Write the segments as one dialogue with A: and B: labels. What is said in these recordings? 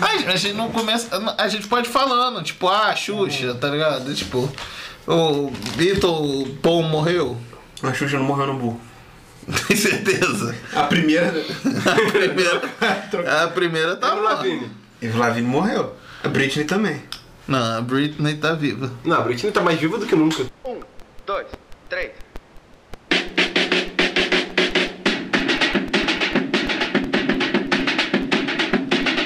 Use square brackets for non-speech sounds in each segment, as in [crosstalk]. A: A, a gente não começa. A gente pode ir falando, tipo, ah, Xuxa, tá ligado? Tipo, o Beatle Paul morreu. [laughs]
B: A Xuxa não morreu no burro.
A: Tem certeza?
B: A primeira.
A: A primeira, a primeira tá
C: Avril
A: lá.
C: Lavigne.
B: Avril Lavigne morreu. A Britney também.
A: Não, a Britney tá viva.
C: Não, a Britney tá mais viva do que nunca.
D: Um, dois, três.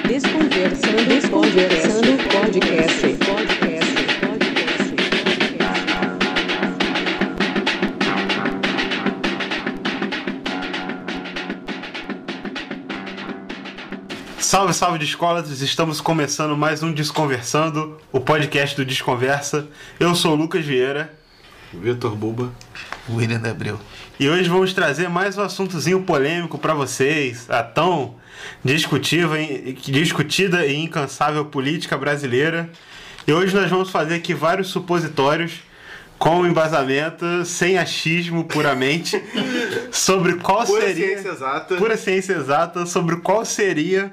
E: Desconversando, desconversando, podcast, podcast, podcast.
F: Salve, salve Descólatras! Estamos começando mais um Desconversando, o podcast do Desconversa. Eu sou o Lucas Vieira
C: Vitor Buba.
A: William Abreu.
F: e hoje vamos trazer mais um assuntozinho polêmico para vocês, a tão discutiva e- discutida e incansável política brasileira. E hoje nós vamos fazer aqui vários supositórios com embasamento, sem achismo puramente, [laughs] sobre qual
C: Pura
F: seria
C: ciência exata.
F: pura ciência exata sobre qual seria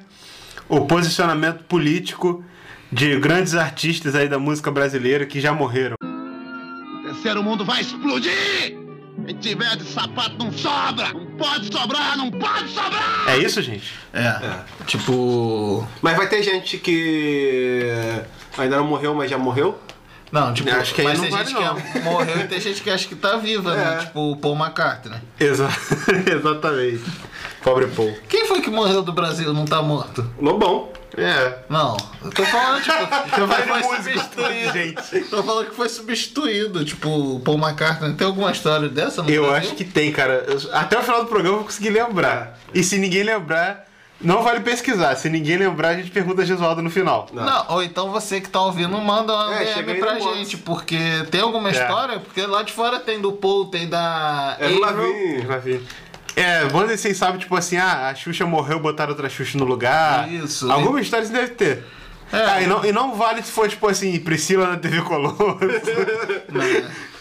F: o posicionamento político de grandes artistas aí da música brasileira que já morreram.
G: terceiro mundo vai explodir! Quem tiver de sapato não sobra! Não pode sobrar, não pode sobrar!
F: É isso, gente?
A: É. Tipo.
C: Mas vai ter gente que ainda não morreu, mas já morreu.
A: Não, tipo,
B: Acho que aí
A: mas
B: não
A: tem
B: vale,
A: gente
B: não.
A: que é, morreu e tem gente que acha que tá viva,
C: É.
A: né? Tipo o Paul McCartney.
F: Exa- [laughs] Exatamente. Pobre Paul.
A: Quem foi que morreu do Brasil e não tá morto?
C: Lobão.
F: É.
A: Não, eu tô falando, tipo,
F: Então vai
A: foi
F: música, gente.
A: tô falando que foi substituído, tipo, o Paul McCartney. Tem alguma história dessa no
F: Eu
A: Brasil?
F: acho que tem, cara. Eu- Até o final do programa eu vou conseguir lembrar. E se ninguém lembrar, não vale pesquisar. Se ninguém lembrar, a gente pergunta a Gesualdo no final.
C: Não.
A: Não, ou então você que tá ouvindo, manda uma
C: É, chega aí
A: DM pra
C: no box.
A: gente, porque tem alguma
F: É.
A: história? Porque lá de fora tem do Paul, tem da.
C: É do
A: Avril.
C: Lavigne.
F: É, banda sem sabe, tipo assim, ah, a Xuxa morreu, botaram outra Xuxa no lugar.
A: Isso.
F: Alguma história você deve ter.
A: É.
F: Ah, e não, e não vale se for, tipo assim, Priscila na TV [laughs] Colosso,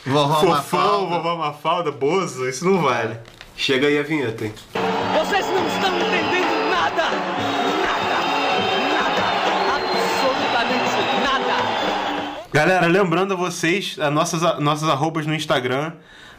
A: Vovó
F: Fofão,
A: Mafalda.
F: Vovó Mafalda, Bozo, isso não vale.
C: Chega aí a vinheta, hein?
H: Vocês não estão entendendo nada! Nada! Nada! Absolutamente nada!
F: Galera, lembrando a vocês, as nossas, nossas arrobas no Instagram,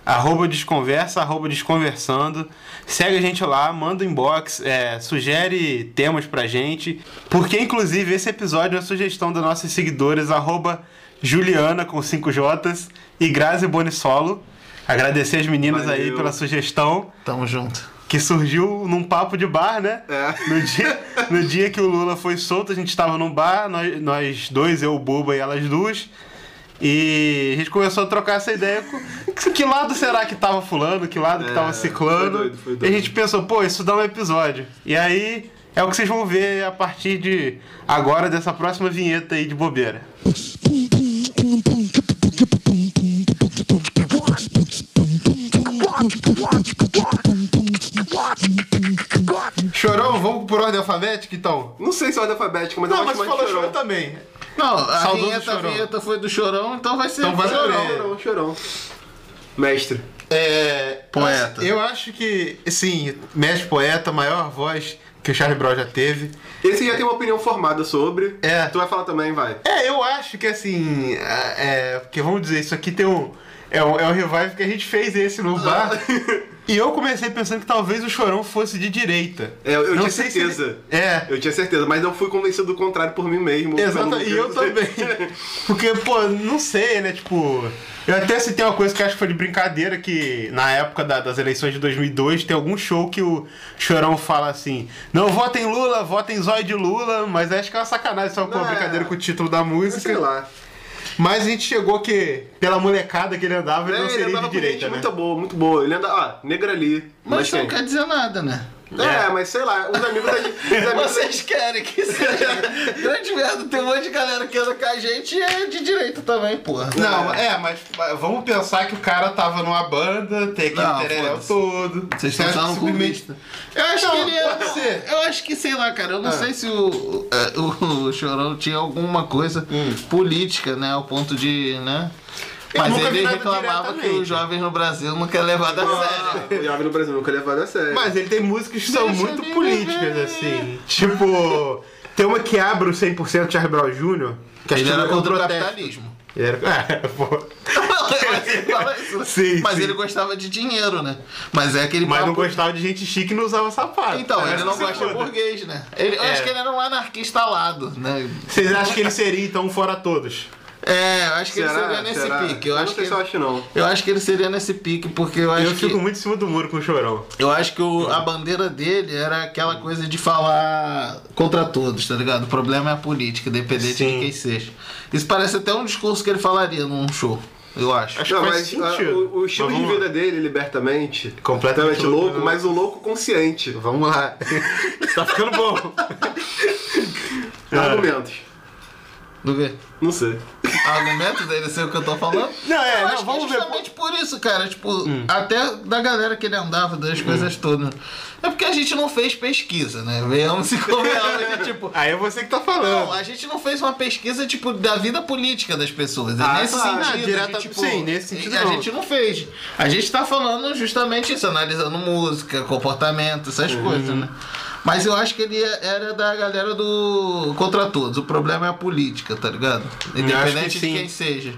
F: arroba desconversa, arroba desconversando. Segue a gente lá, manda inbox, é, sugere temas pra gente. Porque, inclusive, esse episódio é uma sugestão das nossas seguidoras, arroba Juliana com 5Js e Grazi Bonisolo. Agradecer as meninas aí
C: Valeu.
F: pela sugestão
A: Tamo junto.
F: que surgiu num papo de bar, né?
C: É.
F: No dia, no dia que o Lula foi solto, a gente tava num bar, nós, nós dois, eu, o Buba e elas duas. E a gente começou a trocar essa ideia. com- Que, que lado será que tava fulano? Que lado que
C: É,
F: tava ciclano?
C: foi doido, foi
F: E a
C: doido.
F: gente pensou, pô, isso dá um episódio. E aí é o que vocês vão ver a partir de agora, dessa próxima vinheta aí de bobeira. Chorão, vamos por ordem alfabética então?
C: Não sei se é ordem alfabética, mas eu
F: Não,
C: gosto
F: mas
C: mais de
F: falou
C: chorão.
F: chorão também.
A: Não, a
F: Saudoso
A: vinheta, a
F: Chorão.
A: vinheta foi do Chorão, então vai ser
F: Então vai
A: Chorão.
F: ser.
C: Chorão, chorão. Mestre.
F: É.
A: Poeta.
F: Eu acho que, sim, mestre poeta, maior voz que o Charles Brown já teve.
C: Esse já tem uma opinião formada sobre.
F: É.
C: Tu vai falar também, vai.
F: É, eu acho que assim. É, é, porque vamos dizer, isso aqui tem um. É um, é um revive que a gente fez esse no bar. [laughs] e eu comecei pensando que talvez o chorão fosse de direita.
C: É, eu
F: Não
C: tinha
F: sei se ele-
C: certeza.
F: É.
C: Eu tinha certeza, mas não fui convencido do contrário por mim mesmo.
F: Exato,
C: pelo-
F: e
C: [laughs]
F: eu também. Porque, pô, não sei, né? Tipo, eu até citei uma coisa que acho que foi de brincadeira, que na época da- das eleições de 2002, tem algum show que o Chorão fala assim, não votem Lula, votem Zóio de Lula, mas acho que é uma sacanagem, só com uma
C: Não, é.
F: brincadeira com o título da
C: Eu
F: música.
C: Sei lá.
F: Mas a gente chegou que, pela molecada que ele andava, ele
C: É,
F: não
C: ele
F: seria de
C: andava com gente
F: direita, né?
C: muito boa, muito boa. Ele andava, ó, negra ali.
A: Mas isso não
C: quem?
A: quer dizer nada, né?
C: É, mas sei lá, os amigos da gente. Os amigos da
A: Vocês querem que seja grande merda, tem um monte de galera que anda com a gente e é de direito também, porra.
F: Não, é, mas mas vamos pensar que o cara tava numa banda, tem aquele
A: Não,
F: tereré
A: foda-se.
F: todo.
A: Vocês
F: Você
A: estão
F: acha que
A: falando com
F: simplesmente-
A: mista. Eu acho que
F: Não,
A: ele era-
F: pode ser.
A: Eu acho que, sei lá, cara, eu não sei se o, o, o Chorão tinha alguma coisa política, né? Ao ponto de, né?
B: Eu
A: Mas
B: nunca vi
A: ele
B: nada
A: reclamava que
B: diretamente.
A: os jovens no Brasil não querem levar da sério.
C: O Jovem no Brasil nunca é levado a sério.
F: Mas ele tem músicas que são
A: Deixa
F: muito
A: me
F: políticas,
A: viver.
F: assim. Tipo, tem uma que abre o 100% Charlie Brown Jr. Que
A: Ele
F: acho que
A: era
F: é um
A: contra o Então,
F: protesto.
A: capitalismo. [laughs]
F: Ele era... [laughs] É, pô.
A: Mas ele fala isso. né?
F: Sim,
A: Mas
F: sim.
A: ele gostava de dinheiro, né? Mas é aquele
F: Mas não
A: papo-
F: gostava de gente chique e não usava sapato.
A: Então,
F: É,
A: ele não
F: se
A: gosta de
F: foda.
A: burguês, né? Ele- Eu
F: É.
A: acho que ele era um anarquista alado, né?
F: Vocês acham que ele seria, então, um fora todos?
A: É, eu acho que ele seria nesse
C: Será?
A: pique. Eu acho,
C: não sei
A: que
C: se eu acho não.
A: eu acho que ele seria nesse pique, porque eu acho
F: eu
A: que.
F: fico muito em cima do muro com o chorão.
A: Eu acho que o- a bandeira dele era aquela coisa de falar contra todos, tá ligado? O problema é a política, independente
F: Sim.
A: de quem seja. Isso parece até um discurso que ele falaria num show, eu acho.
F: Acho
C: Não,
F: que
C: mas
F: faz
C: ah,
F: sentido.
C: o, o estilo
F: Mas
C: de
F: vamos
C: vida dele, libertamente,
F: Completamente
C: completamente louco,
F: louco, né?
C: mas o louco consciente.
F: Vamos lá. [laughs] tá ficando bom.
C: Argumentos.
A: Do quê?
C: Não sei.
A: O argumento dele ser o que eu tô falando?
F: Não, é,
A: eu
F: não,
A: acho
F: vamos
A: que
F: ver.
A: é
F: Hum.
A: justamente por isso, cara. Tipo, até da galera que ele andava, das coisas todas. É porque a gente não fez pesquisa, né? Venhamos e [laughs] convenhamos, a gente, tipo...
F: Aí é você que tá
A: Não,
F: falando.
A: a gente não fez uma pesquisa, tipo, da vida política das pessoas. É
F: Ah,
A: nesse
F: tá,
A: sentido. de,
F: direta-
A: tipo,
F: sim, nesse sentido
A: A
F: não.
A: gente não fez. A gente tá falando justamente isso, analisando música, comportamento, essas
F: Uhum.
A: coisas, né? Mas eu acho que ele era da galera do Contra Todos. O problema é a política, tá ligado? Independente de
F: sim.
A: quem seja.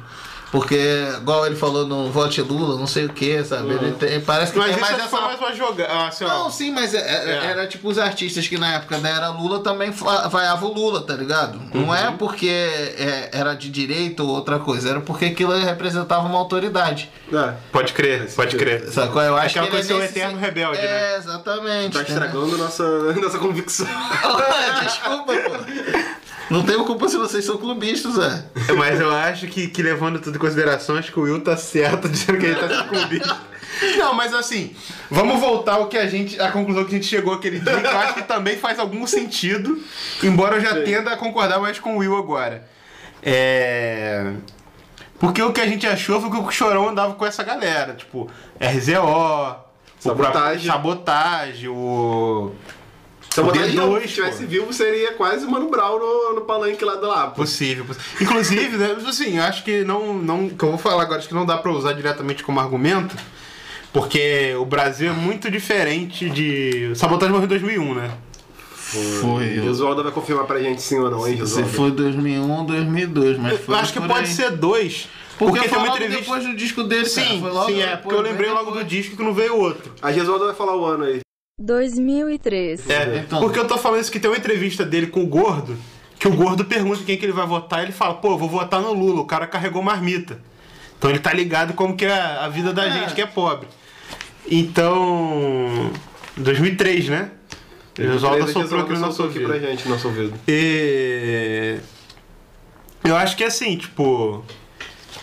A: Porque, igual ele falou no Vote Lula, não sei o que, sabe? Ele tem- parece que
F: Uhum. Mas
A: tem
F: isso
A: mais
F: é só
A: essa
F: mais uma jogada. Ah, assim, ó.
A: não, sim, mas é- é-
F: É.
A: era tipo os artistas que na época da era Lula também fa- vaiavam o Lula, tá ligado? Não
F: Uhum.
A: é porque é, era de direito ou outra coisa, era porque aquilo representava uma autoridade.
C: É,
F: Pode crer, pode crer.
A: Sabe qual é? Eu acho
F: Aquela
A: que ele
F: coisa de ser um
A: nesse-
F: eterno rebelde,
A: é,
F: né?
A: exatamente. [laughs]
C: tá estragando nossa, [laughs] nossa convicção.
A: estragando. Desculpa, pô. Não tenho culpa se vocês são clubistas, é.
F: Mas eu acho que, que levando tudo em consideração, acho que o Will tá certo dizendo que ele tá se cobrindo. Não, mas assim, vamos voltar ao que a gente. a conclusão que a gente chegou aquele dia, que eu acho que também faz algum sentido, embora eu já tenda a concordar mais com o Will agora. É. Porque o que a gente achou foi que o Chorão andava com essa galera, tipo, RZO,
C: Sabotagem.
F: o, sabotagem, o
C: Se eu botar
F: D2,
C: Jabu,
F: pô.
C: se estivesse vivo, seria quase o Mano Brown no, no palanque lá do lá. pô.
F: Possível, possível. Inclusive, né, assim, eu acho que não, não. que eu vou falar agora, acho que não dá pra usar diretamente como argumento, porque o Brasil é muito diferente de. Sabotagem morreu em 2001, né?
A: Foi.
C: E o Oswaldo vai confirmar pra gente sim ou não, hein,
A: Você
C: Oswaldo?
A: foi 2001, 2002, mas foi
F: eu acho que
A: por
F: pode
A: aí.
F: ser dois, porque,
A: Porque, foi
F: tem uma
A: logo
F: entrevista.
A: depois do disco dele, cara.
F: Sim,
A: Foi logo
F: sim, é,
A: depois,
F: porque eu
A: bem
F: lembrei logo
A: depois.
F: do disco que não veio outro.
C: A Gesualdo vai falar o ano aí.
I: 2003.
F: É,
A: Então.
F: porque eu tô falando isso que tem uma entrevista dele com o Gordo, que o Gordo pergunta quem que ele vai votar, e ele fala, pô, eu vou votar no Lula, o cara carregou marmita. Então ele tá ligado como que é a vida da gente que é pobre. Então, 2003, né? O
C: é
F: Oswaldo soprou aqui no nosso
C: aqui pra
F: ouvido.
C: gente, no nosso ouvido.
F: E... É, Eu acho que é assim, tipo...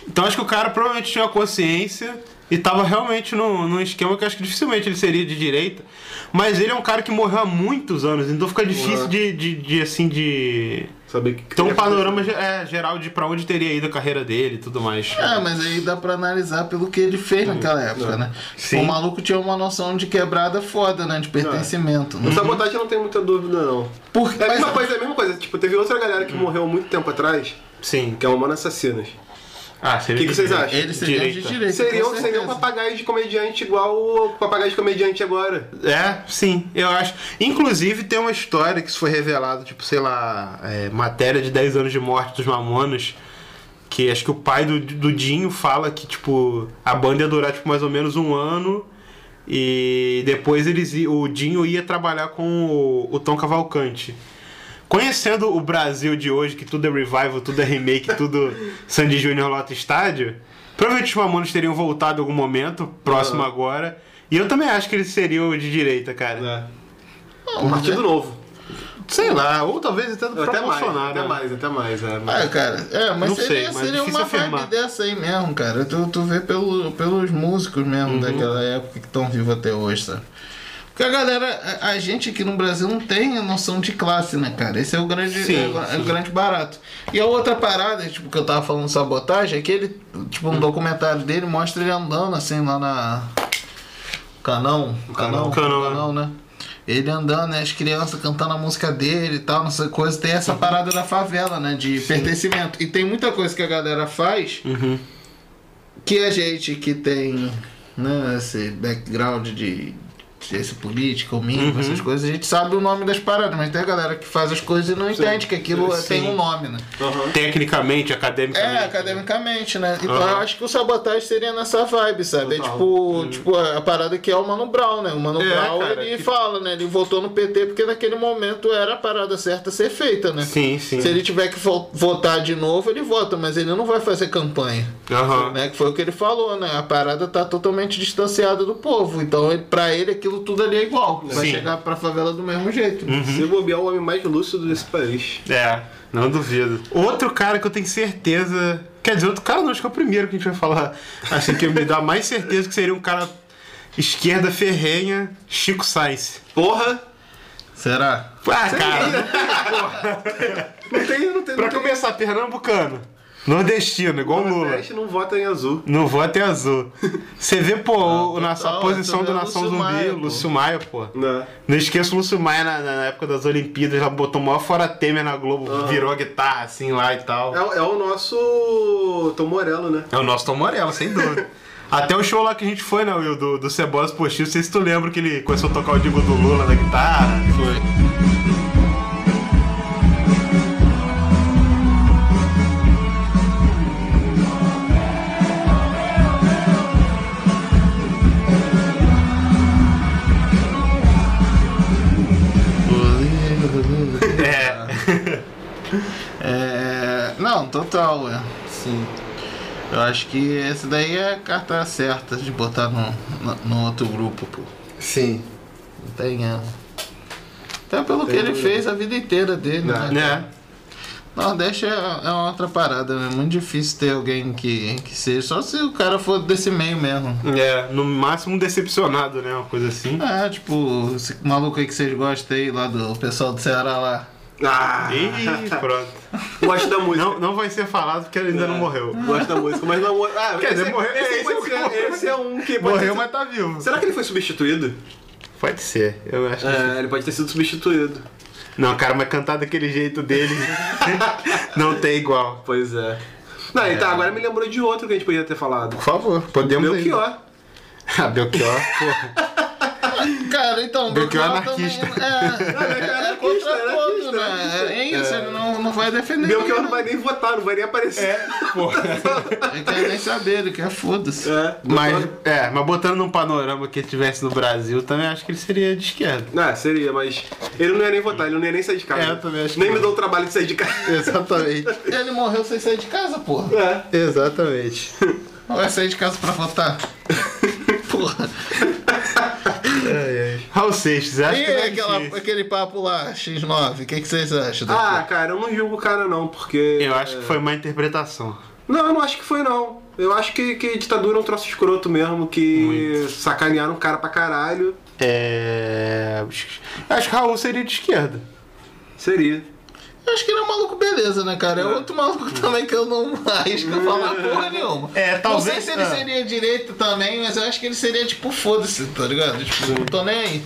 F: Então acho que o cara provavelmente tinha uma consciência e tava realmente num, num esquema que eu acho que dificilmente ele seria de direita. Mas ele é um cara que morreu há muitos anos, então fica
A: Uhum.
F: difícil de, de, de, assim, de...
C: Saber que
F: Ter um panorama ge- é, geral de pra onde teria ido a carreira dele e tudo mais.
A: É, mas aí dá pra analisar pelo que ele fez naquela época, né?
F: Sim.
A: O maluco tinha uma noção de quebrada foda, né? De pertencimento.
C: O
A: Né?
C: sabotagem é. não tem muita dúvida, não.
A: Porque,
C: É a
A: mas,
C: mesma coisa, é a mesma coisa. Tipo, teve outra galera que morreu há muito tempo atrás,
F: Sim.
C: que é o Mano Assassinas.
F: Ah, seria
C: Que que vocês
F: de-
C: acham?
A: ele seria
F: Direita.
A: de direita.
C: Seriam,
A: com certeza.
C: seriam papagaios um de comediante igual o papagaio de comediante agora.
F: É, sim, eu acho. Inclusive tem uma história que isso foi revelado, tipo, sei lá, é, matéria de 10 anos de morte dos mamonas. Que acho que o pai do, do Dinho fala que, tipo, a banda ia durar tipo, mais ou menos um ano. E depois eles i- o Dinho ia trabalhar com o, o Tom Cavalcante. Conhecendo o Brasil de hoje, que tudo é revival, tudo é
C: [laughs]
F: remake, tudo Sandy Júnior lota estádio, provavelmente os Mamonas teriam voltado em algum momento, próximo agora. E eu também acho que eles seriam de direita, cara.
C: É. Um partido novo.
F: Sei lá, ou talvez até do
C: Até
F: é próprio
C: mais,
F: Bolsonaro.
C: até
F: né?
C: mais, até mais. É, mas-
A: Ah, cara, é, mas
F: Não
A: seria,
F: sei, mas
A: seria
F: difícil
A: uma
F: afirmar.
A: vibe dessa aí mesmo, cara. Tu, tu vê pelo, pelos músicos mesmo
F: Uhum.
A: daquela época que estão vivos até hoje, sabe? Porque a galera, a, a gente aqui no Brasil não tem a noção de classe, né, cara? Esse é o grande,
F: Sim,
A: é o- é o grande barato. E a outra parada, tipo, que eu tava falando sabotagem, é que ele, tipo,
F: Uhum.
A: um documentário dele mostra ele andando assim lá na. Canão? Canão,
F: Canão, né?
A: Canão, né? Ele andando, né? As crianças cantando a música dele e tal, não sei coisa. Tem essa
F: Uhum.
A: parada da favela, né? De pertencimento. E tem muita coisa que a galera faz que a gente que tem né, esse background de ciência política, o mínimo,
F: Uhum.
A: essas coisas, a gente sabe o nome das paradas, mas tem a galera que faz as coisas e não entende que aquilo
F: Sim.
A: tem um nome, né?
F: É. Tecnicamente, academicamente.
A: É, academicamente, né? Então
F: Aham. Uhum.
A: eu acho que o sabotagem seria nessa vibe, sabe? É
C: Total.
A: tipo, tipo a a parada que é o Mano Brown, né? O Mano
F: É,
A: Brown,
F: cara,
A: ele
F: que-
A: fala, né? Ele votou no PT porque naquele momento era a parada certa a ser feita, né?
F: Sim, sim.
A: Se ele tiver que vo- votar de novo, ele vota, mas ele não vai fazer campanha.
F: Aham.
A: Né? Que foi o que ele falou, né? A parada tá totalmente distanciada do povo. Então, ele, pra ele, aquilo tudo ali é igual. Vai
F: Sim.
A: chegar pra favela do mesmo jeito.
F: Uhum.
C: Se bobear, é o homem mais lúcido desse país.
F: É, não duvido. Outro cara que eu tenho certeza. Quer dizer, outro cara não, acho que é o primeiro que a gente vai falar. Assim, que me dá mais certeza que seria um cara esquerda ferrenha, Chico Sainz.
C: Porra!
A: Será?
F: Ah, cara.
C: Não tem, não tem.
F: pra
C: não tem.
F: começar, pernambucano. Nordestino, igual o Lula.
C: Nordeste não vota em azul.
F: Não vou até azul. Você vê, pô, o, na sua
A: total,
F: posição
A: esse
F: do
A: é o
F: Nação
A: Lúcio
F: Zumbi,
A: Maia, pô.
F: Lúcio Maia, pô.
C: Não.
F: Não esqueço o Lúcio Maia na, na época das Olimpíadas, ela botou o maior fora Temer na Globo, virou a guitarra assim lá e tal.
C: É, o- é o nosso Tom Morello, né?
F: É o nosso Tom Morello, sem dúvida. Até o show lá que a gente foi, né, Will, do, do Cebolas Postil, não sei se tu lembra que ele começou a tocar o Digo do Lula na guitarra.
A: Foi.
F: É.
A: É, não, total, é. Sim. Eu acho que esse daí é a carta certa de botar no, no, no outro grupo, pô.
F: Sim.
A: Não tem erro. Até pelo que ele fez a vida inteira dele, né?
F: Né?
A: Nordeste é, é uma outra parada, né? É muito difícil ter alguém que, que seja. Só se o cara for desse meio mesmo.
F: É, no máximo um decepcionado, né? Uma coisa assim.
A: É, tipo, esse maluco aí que vocês gostam aí, lá do pessoal do Ceará lá.
C: Ah! é.
F: Ih, pronto.
C: Gosto da música.
F: Não, não vai ser falado porque ele ainda
C: É.
F: não morreu.
C: Gosto da música, mas não morreu. Ah,
F: Quer dizer,
C: esse-
F: morreu-
C: Esse,
F: esse é o
C: pode
F: que
C: ser-
F: morreu.
C: esse é um que pode
F: Morreu,
C: ser-
F: mas tá vivo.
C: Será que ele foi substituído?
F: Pode ser, eu acho que sim.
C: É, ele pode ter sido substituído.
F: Não, cara, mas cantar daquele jeito
C: [laughs]
F: dele não tem igual.
C: Pois é. Não, então agora me lembrou de outro que a gente podia ter falado.
F: Por favor, podemos aí.
C: Belchior.
F: [laughs] Ah, Belchior, porra.
A: Cara, então,
F: Do que o
A: Belchior também-
F: anarquista.
A: É, é,
C: anarquista,
A: contra
C: anarquista,
A: todo,
C: anarquista.
A: né? É isso, ele não, não vai defender.
C: Belchior
A: ninguém,
C: não vai nem votar, não vai nem
F: É.
C: aparecer.
F: um
A: Ele quer nem saber, ele quer foda-se.
C: É.
F: Mas, é, mas botando num panorama que ele tivesse no Brasil, também acho que ele seria de esquerda.
C: Ah, seria, mas ele não ia nem votar, ele não ia nem sair de casa.
F: É, eu também acho que
C: Nem me
F: não.
C: deu o trabalho de sair de casa.
F: Exatamente.
A: Ele morreu sem sair de casa, porra.
C: É.
F: Exatamente.
A: Não vai sair de casa pra
F: [laughs]
A: votar. Porra.
F: Raul Seixas, acho
A: E
F: que não é
A: aquela-
F: difícil.
A: aquele papo lá, X9, o que, que vocês acham? né?
C: Ah, cara, eu não julgo o cara não, porque.
F: Eu acho que foi uma interpretação.
C: Não, eu não acho que foi não. Eu acho que, que ditadura é um troço escroto mesmo, que sacanearam o cara pra caralho.
F: É. Acho que Raul seria de esquerda.
C: Seria.
A: Eu acho que ele é um maluco beleza, né, cara? É outro maluco também que eu não arrisco a falar porra nenhuma.
F: É, talvez-
A: Não sei se ele
F: ah.
A: seria direito também, mas eu acho que ele seria tipo foda-se, tá ligado? Tipo, não tô nem aí.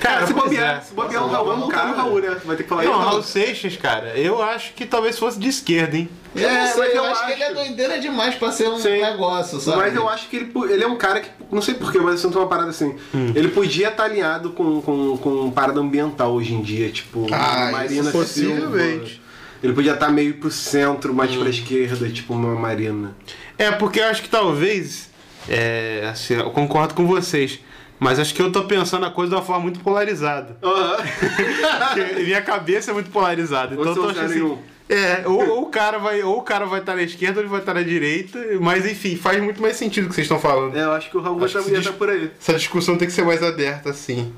C: Cara, se
F: pois
C: bobear,
F: é.
C: se bobear o Raul, não cara, o Raul, né? Vai ter que falar
F: Não,
C: isso.
F: Raul Seixas, cara, eu acho que talvez fosse de esquerda, hein?
A: Eu
C: É,
A: não sei,
C: mas
A: eu,
C: eu
A: acho, que
C: acho.
A: ele é doideira demais pra ser um
C: Sim.
A: negócio, sabe?
C: Mas eu acho que ele, po- ele é um cara que, não sei porquê, mas eu sinto uma parada assim.
F: Hum.
C: Ele podia estar alinhado com, com, com parada ambiental hoje em dia, tipo,
A: Ah,
C: Marina
A: isso possivelmente.
C: Silva. Ele podia estar meio pro centro, mais
F: Hum.
C: pra esquerda, tipo uma Marina.
F: É, porque eu acho que talvez. É, assim, eu concordo com vocês. Mas acho que eu tô pensando a coisa de uma forma muito polarizada. Porque minha cabeça é muito polarizada.
C: Ou
F: Então eu
C: são
F: tô achando
C: zero e um.
F: assim. É, ou, ou o cara vai, ou o cara vai estar na esquerda ou ele vai estar na direita, mas enfim, faz muito mais sentido o que vocês estão falando.
C: [laughs] É, eu acho que o Raul vai
F: Acho
C: estar
F: que se diz-
C: por aí.
F: Essa discussão tem que ser mais aberta, assim.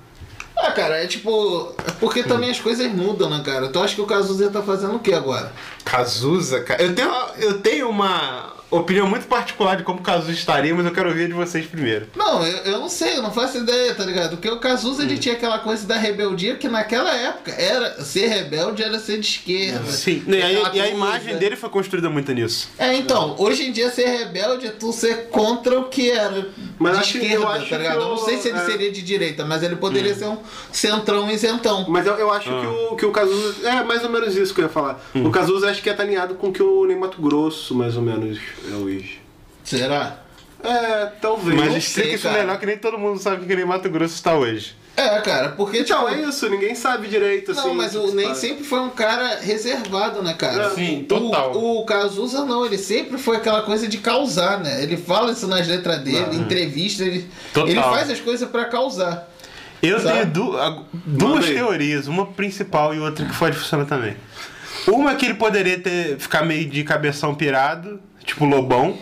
A: Ah, cara, é tipo. é Porque também as coisas mudam, né, cara? Tu acha que o Cazuza tá fazendo o que agora?
F: Cazuza, cara. Eu tenho, eu tenho uma opinião muito particular de como Cazuza estaria, mas eu quero ouvir a de vocês primeiro.
A: Não, eu, eu não sei, eu não faço ideia, tá ligado? Porque o Cazuza
C: Hum.
A: ele tinha aquela coisa da rebeldia que naquela época era ser rebelde era ser de esquerda.
F: E, a-
A: É Aquela
F: e a
A: coisa.
F: imagem dele foi construída muito nisso.
A: É, então, hoje em dia ser rebelde é tu ser contra o que era
C: Mas
A: de
C: acho que- eu
A: esquerda,
C: acho
A: tá ligado?
C: que
A: Eu não sei se ele
C: eu- é. Hum.
A: seria de direita, mas ele poderia ser um centrão isentão.
C: Mas eu, eu acho que, o, que o Cazuza. É mais ou menos Hum. tá isso que eu ia falar. O Cazuza acho que é alinhado com o que o Ney Mato Grosso, mais ou menos, é hoje.
A: Será?
C: É, talvez.
F: Mas
A: sei,
F: explica isso
A: cara.
F: melhor que nem todo mundo sabe que nem Mato Grosso está hoje.
A: É, cara, porque
C: Então
A: tipo,
C: é isso, ninguém sabe direito, assim.
A: Não, mas
C: que
A: o
C: se
A: Ney
C: faz.
A: sempre foi um cara reservado, né, cara?
B: Sim,
A: O-
B: total.
A: O, Cazuza não, ele sempre foi aquela coisa de causar, né? Ele fala isso nas letras dele, em entrevista, ele,
F: Total.
A: ele faz as coisas pra causar.
F: Eu
A: Sabe?
F: tenho du- a- duas
C: aí.
F: teorias, uma principal e outra que pode funcionar também. Uma é que ele poderia ter ficar meio de cabeção pirado, tipo lobão.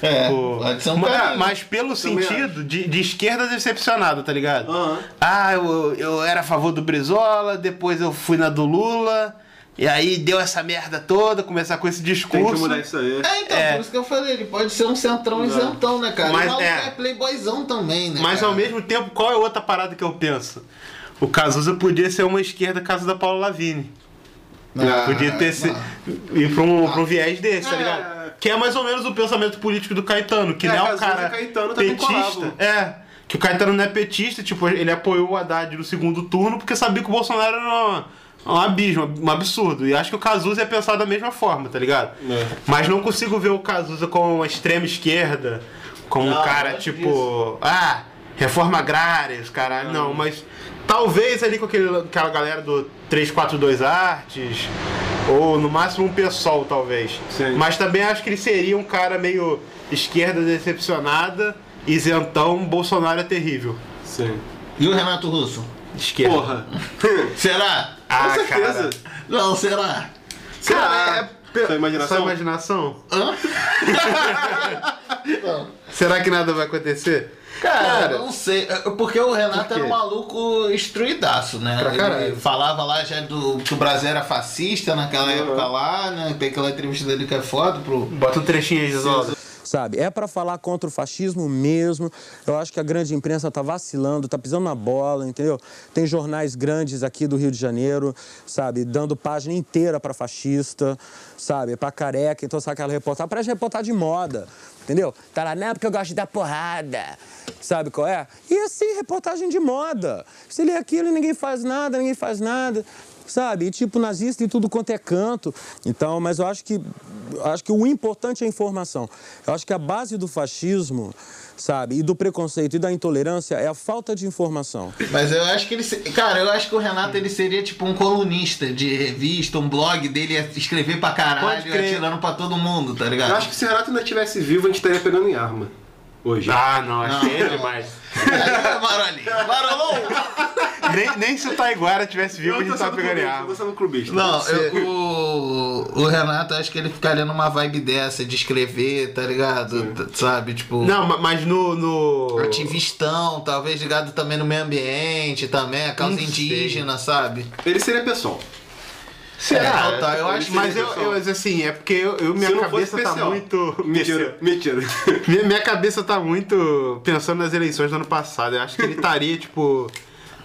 A: É,
F: Pô,
A: pode ser um
F: ma- ah,
A: caminho.
F: mas pelo
C: né? Também
F: sentido de, de esquerda decepcionado, tá ligado?
C: Aham.
F: Ah, eu, eu era a favor do Brizola, depois eu fui na do Lula, e aí deu essa merda toda, começar com esse
C: Tem que
F: discurso.
C: mudar isso aí.
A: É, então,
F: É.
A: por isso que eu falei, ele pode ser um centrão isentão, né, cara? Mas,
F: Mas,
A: o maluco
F: é.
A: é. playboyzão também, né?
F: Mas
A: cara?
F: ao mesmo tempo, qual é a outra parada que eu penso? O Cazuza podia ser uma esquerda caso da Paula Lavigne.
A: Ah,
F: podia ter se,
A: não.
F: ir pra um, pra um viés desse, tá
C: É.
F: ligado? Que é mais ou menos o pensamento político do Caetano, que
C: É,
F: não é o
C: Cazuza e
F: cara
C: Caetano também
F: petista.
C: colavam.
F: É. Que o Caetano não é petista, tipo, ele apoiou o Haddad no segundo turno porque sabia que o Bolsonaro era uma- um abismo, um absurdo. E acho que o Cazuza ia pensar da mesma forma, tá ligado?
C: É,
F: Mas não consigo ver o Cazuza como uma extrema esquerda, como um cara, tipo, ah, reforma agrária, os caralho. Não, mas talvez ali com aquele, aquela galera do 342 Artes, ou no máximo um PSOL, talvez.
C: Sim.
F: Mas também acho que ele seria um cara meio esquerda decepcionada, isentão, Bolsonaro é terrível.
C: Sim.
A: E o Renato Russo?
F: Esquerda.
C: [laughs] Porra.
A: Será?
F: é. Ah,
C: Com certeza.
F: Cara.
A: Não, será?
C: Será?
F: Cara, é-
C: Sua imaginação?
F: Sua imaginação?
A: Hã?
F: Será que nada vai acontecer?
A: Cara, não sei. É, Porque o Renato
F: Por quê?
A: era um maluco instruidaço, né?
F: Pra caralho.
A: Ele falava lá já do que o Brasil era fascista naquela época lá, né? Tem aquela entrevista dele que é foda pro.
F: Bota um trechinho aí de Zola.
J: sabe? É para falar contra o fascismo mesmo. Eu acho que a grande imprensa tá vacilando, tá pisando na bola, entendeu? Tem jornais grandes aqui do Rio de Janeiro, sabe, dando página inteira para fascista, sabe, para careca, então sabe aquela reportagem, parece reportagem de moda, entendeu? Tá lá, não, porque eu gosto de dar porrada. Sabe qual é? E assim, reportagem de moda. Você lê aquilo e ninguém faz nada, ninguém faz nada sabe? E tipo nazista e tudo quanto é canto. Então, mas eu acho que eu acho que o importante é a informação. Eu acho que a base do fascismo, sabe, e do preconceito e da intolerância é a falta de informação.
A: Mas eu acho que ele. se- Cara, eu acho que o Renato ele seria tipo um colunista de revista, um blog dele ia escrever pra
F: Pode
A: caralho,
F: crer.
A: atirando pra todo mundo, tá ligado?
C: Eu acho que se o Renato ainda estivesse vivo, a gente estaria pegando em arma. Hoje.
F: Ah, não,
A: Não.
F: achei demais. [laughs]
A: Marolinho. Marolou!
F: nem, nem se o Taiguara tivesse vivo, a gente tava tá pegando em
C: clubista, eu
F: arma.
C: tô sendo clubista.
A: Não, eu, o, o Renato, eu acho que ele ficaria numa vibe dessa, de escrever, tá ligado? T- Sabe, tipo...
F: Não, ma- mas no. no...
A: Ativistão, talvez ligado também no meio ambiente, também, a causa
F: Não sei.
A: indígena, sabe?
C: Ele seria pessoal.
A: É,
F: Será?
A: total, eu acho que
F: mas
A: seria
F: tá, eu, eu, assim, é porque eu, eu- minha
C: Se não fosse
F: cabeça tá
C: especial.
F: muito.
C: Mentira, mentira.
F: Minha, minha cabeça tá muito pensando nas eleições do ano passado. Eu acho que ele estaria, [laughs] tipo.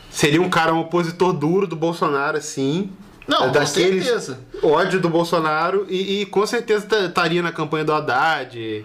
F: Seria um cara, um opositor duro do Bolsonaro, assim.
A: Não, com
F: daqueles
A: certeza.
F: Ódio do Bolsonaro e, e com certeza tá- estaria na campanha do Haddad.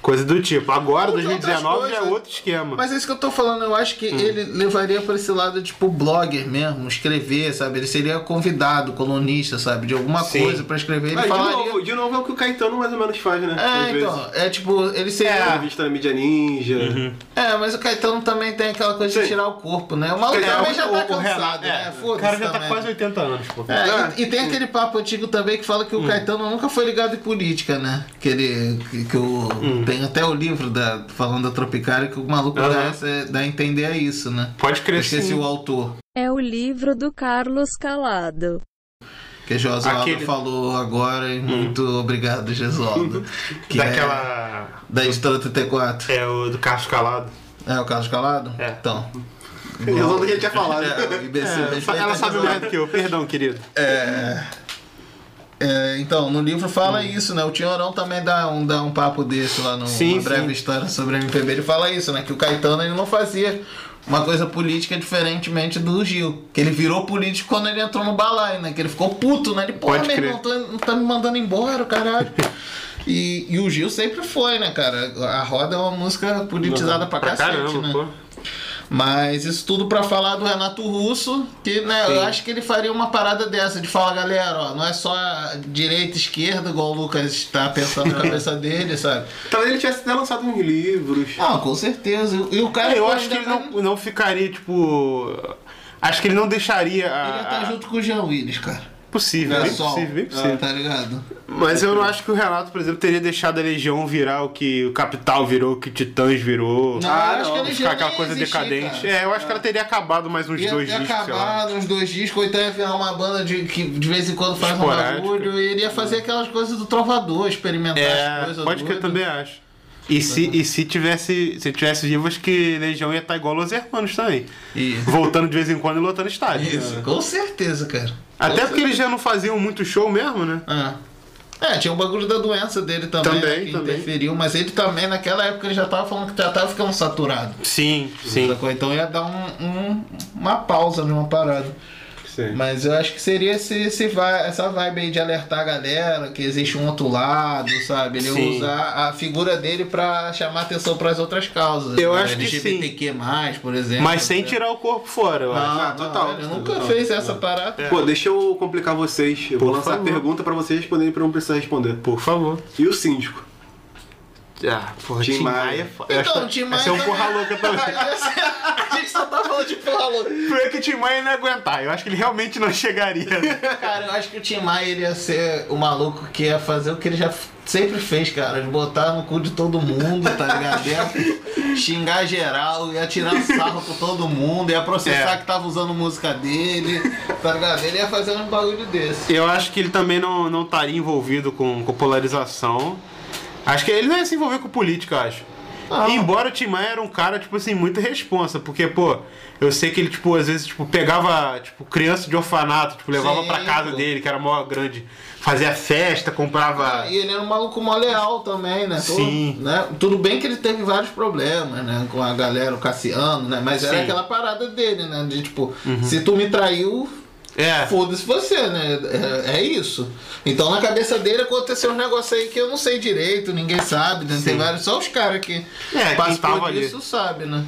F: Coisa do tipo. Agora,
A: Outras
F: 2019, já é
A: coisas.
F: outro esquema.
A: Mas é isso que eu tô falando, eu acho que ele levaria pra esse lado, tipo, blogger mesmo, escrever, sabe? Ele seria convidado, colunista, sabe? De alguma
F: Sim.
A: coisa pra escrever. Ele
C: Ah,
A: falaria...
C: de, novo, de novo é o que o Caetano mais ou menos faz, né? Às
A: É,
C: vezes.
A: então, é tipo, ele seria...
C: Entrevista na mídia ninja.
F: Uhum.
C: [laughs]
A: É, mas o Caetano também tem aquela coisa de
C: Sim.
A: tirar o corpo, né? O maluco
C: É,
A: também
C: o-
A: já
F: O-
A: tá
F: o Renato,
A: cansado,
F: é,
A: né?
F: o
A: Foda-se
F: cara já tá
A: também.
F: quase 80 anos, pô.
A: É, e, e tem
F: tipo-
A: aquele papo antigo também que fala que o
F: Hum.
A: Caetano nunca foi ligado em política, né? Que ele. Que, que o, Tem até o livro da, falando da Tropicária que o maluco
F: Hum. Aham.
A: dá, essa- dá a entender a isso, né?
F: Pode
A: Eu
F: crescer.
A: esqueci o autor,
I: É o livro do Carlos Calado.
A: que a Josualdo
F: Aquele- Hum.
A: falou agora, e muito obrigado, Josualdo. que é
F: Daquela.
A: da editora 34.
F: É, o do Carlos Calado.
A: É o Carlos Calado?
F: É.
A: Então.
C: Eu não tinha falado.
A: É, o imbecil respeita
F: Ela sabe
A: Josualdo.
F: mais do que eu, perdão, querido.
A: É, então, no livro fala
F: Hum.
A: isso, né? O Tinhorão também dá um, dá um papo desse lá no
F: Sim,
A: uma
F: sim.
A: breve história sobre a MPB. Ele fala isso, né? Que o Caetano ele não fazia uma coisa política diferentemente do Gil. Que ele virou político quando ele entrou no balaio, né? Que ele ficou puto, né? Ele, pô,
F: Pode
A: meu irmão,
F: crer.
A: tá- tá me mandando embora, caralho.
F: [laughs]
A: E, e o Gil sempre foi, né, cara? A Roda é uma música politizada pra,
F: Pra
A: cacete,
F: caramba,
A: né?
F: pô.
A: Mas isso tudo pra falar do Renato Russo, que né, eu acho que ele faria uma parada dessa, de falar, galera, ó, não é só direita e esquerda, igual o Lucas tá pensando na [laughs] cabeça dele, sabe?
C: Talvez Então, ele tivesse até lançado uns livros.
A: Ah, com certeza. E o cara.
F: É, eu
A: pô,
F: acho que ele
A: ainda
F: não,
A: tá-
F: não ficaria, tipo. Acho que ele não deixaria.
A: Ele
F: a-
A: ia
F: a-
A: estar tá junto com o Jean Willis, cara.
F: Possível, bem
A: Sol.
F: Ah. é possível, bem
A: Ah,
F: possível.
A: tá ligado?
F: Mas eu não acho que o Renato, por exemplo, teria deixado a Legião virar o que o Capital virou, o que Titãs virou.
A: Não, eu acho que a Legião
F: Ficar aquela
A: nem
F: coisa
A: existia,
F: decadente.
A: cara.
F: É, eu acho que ela teria acabado mais uns
A: Ia
F: dois
A: ter
F: discos, sei lá.
A: acabado uns dois discos, ou então ia virar uma banda de, que de vez em quando faz um
F: Esporádica.
A: barulho, e ele ia fazer aquelas coisas do trovador, experimentar as
F: É,
A: coisas.
F: pode que eu
A: doidas.
F: também acho. E se, e se tivesse se tivesse vivo, acho que Legião ia estar igual aos Hermanos também.
A: Isso.
F: Voltando de vez em quando e lotando estádio.
A: Isso, com certeza, cara.
F: Até porque eles já não faziam muito show mesmo, né?
A: Ah. É, tinha o bagulho da doença dele também,
F: Também,
A: né, que
F: também.
A: interferiu, mas ele também, naquela época, ele já tava falando que já tava ficando saturado.
F: Sim, sim.
A: sacou? Então ia dar um- um- uma pausa numa parada.
C: Sim.
A: Mas eu acho que seria esse, esse vai, essa vibe aí de alertar a galera que existe um outro lado, sabe? Ele
F: Sim.
A: usar a figura dele pra chamar atenção pras outras causas.
F: Eu
A: né?
F: acho que sim.
A: LGBTQ+, por exemplo.
F: Mas sem tirar o corpo fora, eu acho.
A: É, Não,
C: Ah, total.
A: total. Ele nunca
C: Total.
A: fez essa parada.
C: Pô, deixa eu complicar vocês. Eu vou
F: Por
C: lançar a
F: favor.
C: pergunta pra vocês responderem pra eu não precisar responder.
F: Por favor.
C: E o síndico?
F: Ah, porra,
C: Tim
F: Tim
C: Maia.
F: Maia é foda.
A: Então, o Tim Maia
F: Essa é um
A: também-
F: porra louca também.
A: [laughs] a gente só tá falando de porra louca.
F: Pior é que o Tim Maia não ia aguentar. Eu acho que ele realmente não chegaria. né?
A: Cara, eu acho que o Tim Maia ele ia ser o maluco que ia fazer o que ele já f- sempre fez, cara. De botar no cu de todo mundo, tá ligado? Ia xingar geral, ia tirar sarro com todo mundo, ia processar
F: É.
A: que tava usando música dele, tá ligado? Ele ia fazer um bagulho desse.
F: Eu acho que ele também não, não estaria envolvido com, com polarização. Acho que ele não ia se envolver com política, eu acho. Embora o Tim Maia era um cara, tipo assim, muita responsa, porque, pô, eu sei que ele, tipo, às vezes, tipo, pegava, tipo, criança de orfanato, tipo, levava
A: Sim,
F: pra casa
A: pô.
F: dele, que era maior grande, fazia festa, comprava...
A: E ele era um maluco mó leal também, né? Todo-
F: Sim.
A: né? Tudo bem que ele teve vários problemas, né? Com a galera, o Cassiano, né? Mas era
F: Sim. Uhum.
A: aquela parada dele, né? De tipo, se tu me traiu,
F: É,
A: Foda-se você, né? É, é isso. Então na cabeça dele aconteceu um negócio aí que eu não sei direito, ninguém sabe, né? Tem vários, só os caras que
F: É, quem
A: participam
F: tava ali.
A: disso sabe, né?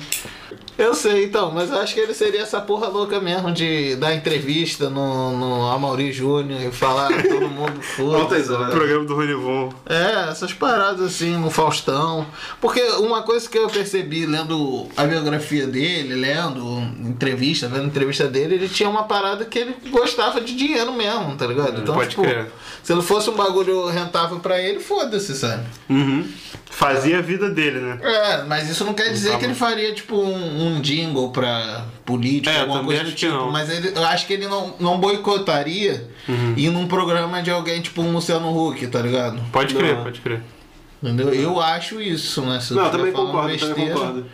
A: Eu sei, então, mas eu acho que ele seria essa porra louca mesmo de dar entrevista no, no Amaury Júnior e falar todo mundo [laughs] foda.
C: Altas
A: se
C: horas.
F: programa do Ronivon.
A: é, essas paradas assim, no Faustão. Porque uma coisa que eu percebi lendo a biografia dele, lendo entrevista, vendo entrevista dele, ele tinha uma parada que ele gostava de dinheiro mesmo, tá ligado? Então,
F: pode
A: tipo,
F: crer.
A: se não fosse um bagulho rentável pra ele, foda-se, sabe?
F: Uhum. Fazia a vida dele, né?
A: É, mas isso não quer dizer
F: tá
A: que ele faria, tipo, um, um jingle pra político,
F: É, eu
A: alguma
F: também
A: coisa do
F: acho que
A: tipo.
F: não.
A: Mas ele, eu acho que ele não, não boicotaria
F: Uhum.
A: ir num programa de alguém, tipo, um Luciano Huck, tá ligado?
F: Pode crer, pode crer.
A: Entendeu? Eu acho isso, né? Se eu
C: Não, eu
A: tiver
C: também
A: falando
C: concordo, também
A: besteira.
C: concordo.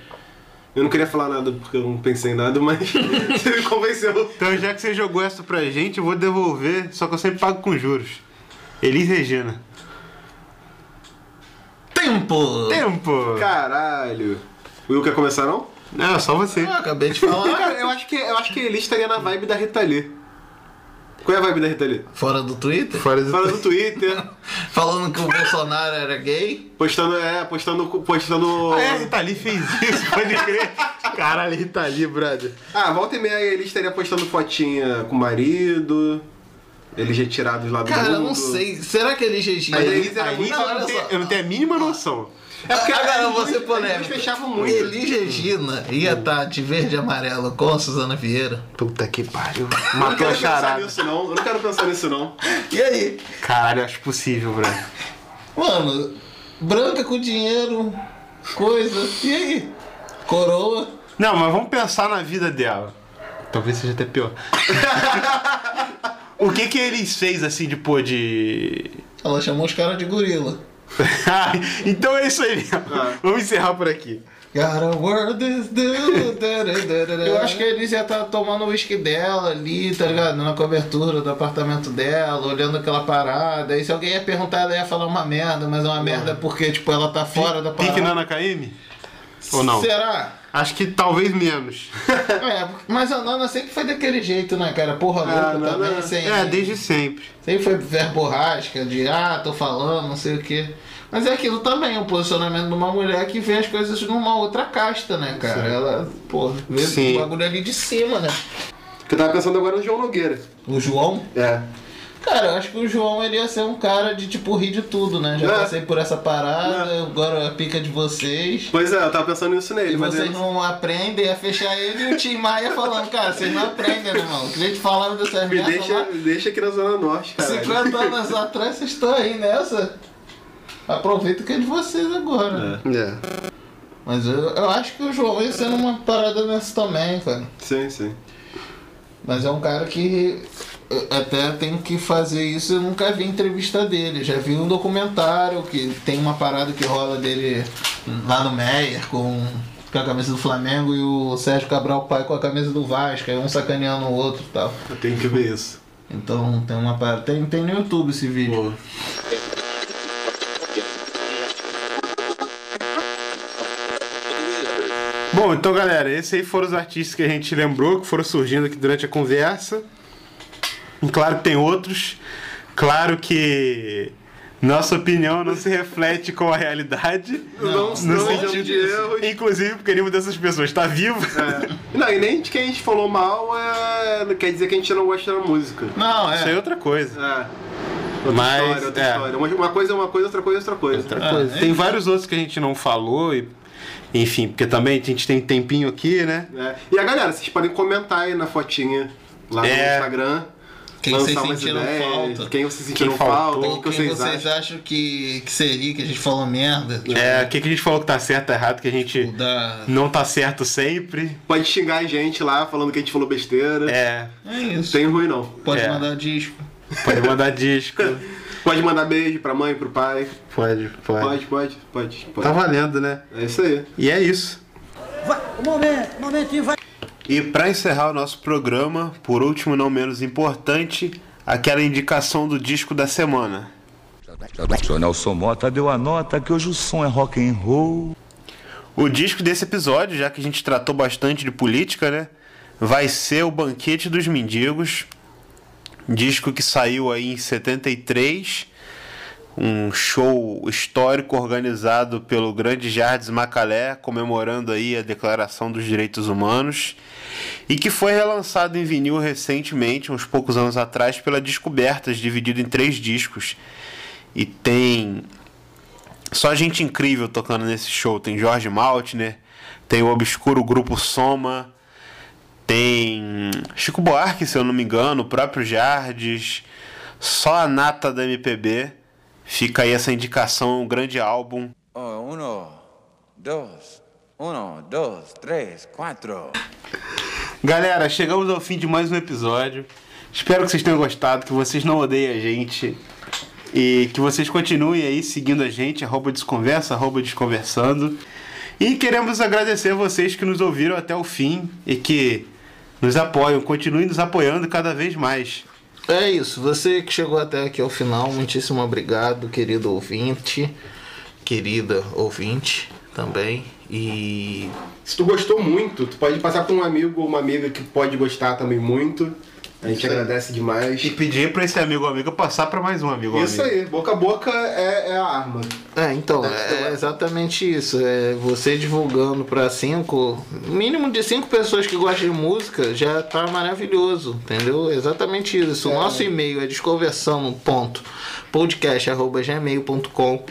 C: Eu não queria falar nada porque eu não pensei em nada, mas [laughs] você me convenceu.
F: Então, já que você jogou essa pra gente, eu vou devolver, só que eu sempre pago com juros. Elis Regina.
A: Tempo!
F: Tempo!
C: Caralho. Will quer começar não?
F: Não, é só você.
A: Eu acabei de falar.
C: [laughs] Cara, eu acho que eu acho que ele estaria na vibe da Rita Lee. Qual é a vibe da Rita Lee?
A: Fora do Twitter?
F: Fora do-
C: Fala no Twitter,
A: Falando que o Bolsonaro era gay.
C: postando, é, postando, postando.
F: Ah, é, a Rita Lee fez isso, pode crer. Caralho, Rita Lee, brother.
C: Ah, volta e meia ele estaria postando fotinha com o marido, ele retirado lá do
A: Cara,
C: mundo.
A: eu não sei. Será que ele já
C: Mas
A: ele
C: Elis era muito-
F: Eu não, tenho, eu não tenho a mínima noção.
A: É porque agora eu vou ser
C: Eles
A: polêmico.
C: fechavam muito.
A: Elis Regina ia estar de verde e amarelo com a Suzana Vieira.
F: Puta que pariu.
C: Eu não
F: Matou a
C: quero pensar
F: charada.
C: nisso não, eu não quero pensar nisso não.
A: E aí?
F: Caralho, acho possível, brother.
A: Mano, branca com dinheiro, coisa. E aí? Coroa.
F: Não, mas vamos pensar na vida dela. Talvez seja até pior. o que que eles fez, assim, de, pô, de... [laughs]
A: Ela chamou os caras de gorila.
F: então é isso aí, Léo. Vamos encerrar por aqui.
A: Gotta work this dude. Eu acho que a Elise ia estar tomando o uísque dela ali, tá ligado? Na cobertura do apartamento dela, olhando aquela parada. E se alguém ia perguntar, ela ia falar uma merda, mas é uma merda porque, tipo, ela tá fora da
F: Pique na
A: parada.
F: Ana KM? Ou não?
A: Será?
F: Acho que talvez menos.
A: É, mas a Nana sempre foi daquele jeito, né, cara? Porra louca
C: Ah, Nana-
A: também, sem.
F: É, desde sempre.
A: Sempre foi verborrágica, de ah, tô falando, não sei o quê. Mas é aquilo também, o posicionamento de uma mulher que vê as coisas numa outra casta, né, cara? Ela, porra, vê
F: Sim.
A: o bagulho ali de cima, né?
C: Porque eu tava pensando agora no João Nogueira.
A: O João?
C: É.
A: Cara, eu acho que o João ele ia ser um cara de tipo rir de tudo, né? Já
C: É.
A: passei por essa parada, agora é a pica de vocês.
C: Pois é, eu tava pensando nisso
A: E
C: nele, mas
A: vocês
C: ele-
A: não aprendem a fechar ele e o Tim Maia falando, cara, vocês não aprendem, irmão. Que a gente falando dessas
C: me
A: merdas
C: deixa,
A: lá.
C: me deixa aqui na Zona Norte, cara.
A: 50
C: [laughs]
A: anos atrás vocês estão aí nessa. Aproveita que é de vocês agora.
C: É,
A: Mas eu, eu acho que o João ia ser uma parada nessa também, cara.
C: sim, sim.
A: Mas é um cara que eu até tenho que fazer isso, eu nunca vi entrevista dele. Já vi um documentário que tem uma parada que rola dele lá no Meyer com, com a camisa do Flamengo e o Sérgio Cabral pai com a camisa do Vasco, aí um sacaneando o outro e tal.
C: Eu tenho que ver isso.
A: Então tem uma parada. Tem, tem no YouTube esse vídeo.
C: Boa.
F: Bom, então galera, esses aí foram os artistas que a gente lembrou, que foram surgindo aqui durante a conversa. E claro que tem outros. Claro que nossa opinião não se reflete com a realidade.
C: Não, não,
F: No
C: sejamos de erros.
F: Inclusive, porque nenhuma dessas pessoas tá está vivo.
C: É. Não, e nem de quem a gente falou mal é... não quer dizer que a gente não gosta da música.
A: Não,
F: Isso aí é
A: é.
F: outra coisa.
C: É.
F: Mas,
C: História, outra
F: é.
C: história. Uma, uma coisa é uma coisa, outra coisa é outra coisa.
F: outra coisa. Tem vários outros que a gente não falou. E, enfim, porque também a gente tem um tempinho aqui, né?
C: É. E a galera, vocês podem comentar aí na fotinha lá
F: É.
C: no Instagram.
A: Quem
C: lançar
A: vocês
C: umas
A: sentiram
C: ideias,
A: falta.
C: Quem vocês sentiram
F: Quem
C: falta,
F: faltou,
C: o
A: Ou
C: que
A: quem
C: vocês
A: vocês
C: acham.
A: acham que, que seria que a gente falou merda?
F: É, o que, que a gente falou que tá certo, errado, que a gente
A: Tipo, da...
F: não tá certo sempre.
C: Pode xingar a gente lá, falando que a gente falou besteira.
F: É,
A: É
C: Não
A: isso.
C: tem ruim, não.
A: Pode
F: É.
A: mandar disco.
F: pode mandar [laughs] disco.
C: Pode mandar beijo pra mãe, pro pai.
F: Pode, pode.
C: Pode, pode, pode. pode.
F: Tá valendo, né?
C: É isso aí.
F: E é isso.
H: um momento, momentinho, vai.
F: E pra encerrar o nosso programa, por último, não menos importante, aquela indicação do disco da semana.
K: Seu Nelson Mota deu a nota que hoje o som é rock and roll.
F: O disco desse episódio, já que a gente tratou bastante de política, né? Vai ser o Banquete dos Mendigos. Disco que saiu aí em 73. Um show histórico organizado pelo grande Jardim Macalé, comemorando aí a Declaração dos Direitos Humanos. E que foi relançado em vinil recentemente, uns poucos anos atrás, pela Descobertas, dividido em três discos. E tem só gente incrível tocando nesse show. Tem Jorge Maltner, tem o obscuro grupo Soma, tem Chico Buarque, se eu não me engano, o próprio Jardes, só a nata da MPB. Fica aí essa indicação, um grande álbum.
K: Oh, Uno, dois, uno, dois, três, quatro.
F: Galera, chegamos ao fim de mais um episódio. Espero que vocês tenham gostado, que vocês não odeiem a gente. E que vocês continuem aí seguindo a gente, arroba desconversa, arroba desconversando. E queremos agradecer a vocês que nos ouviram até o fim e que nos apoiam, continuem nos apoiando cada vez mais.
A: É isso. Você que chegou até aqui ao final, muitíssimo obrigado, querido ouvinte. Querida ouvinte também. E.
C: Se tu gostou muito, tu pode passar pra um amigo ou uma amiga que pode gostar também muito. A gente agradece demais. É
F: E pedir pra esse amigo ou amiga passar pra mais um amigo ou
C: Isso
F: amiga.
C: aí, boca a boca é, é a arma.
A: É, então, é exatamente isso. É você divulgando pra cinco, mínimo de cinco pessoas que gostam de música, já tá maravilhoso, entendeu? Exatamente isso. O nosso e-mail é desconversão.podcast.gmail.com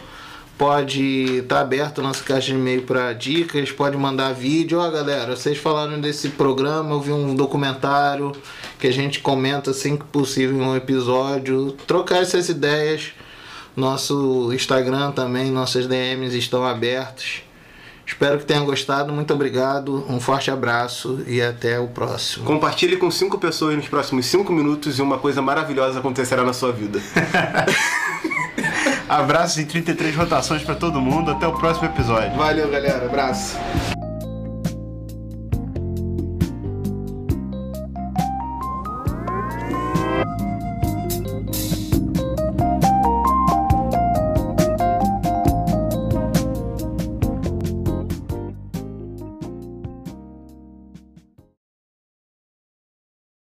A: Pode tá aberto a nossa caixa de e-mail para dicas, pode mandar vídeo. Ó, galera, vocês falaram desse programa, eu vi um documentário que a gente comenta assim que possível em um episódio. Trocar essas ideias. Nosso Instagram também, nossas DMs estão abertas. Espero que tenham gostado. Muito obrigado, um forte abraço e até o próximo.
C: Compartilhe com cinco pessoas nos próximos cinco minutos e uma coisa maravilhosa acontecerá na sua vida.
F: Abraços em 33 rotações pra todo mundo. Até o próximo episódio.
C: Valeu, galera. Abraço.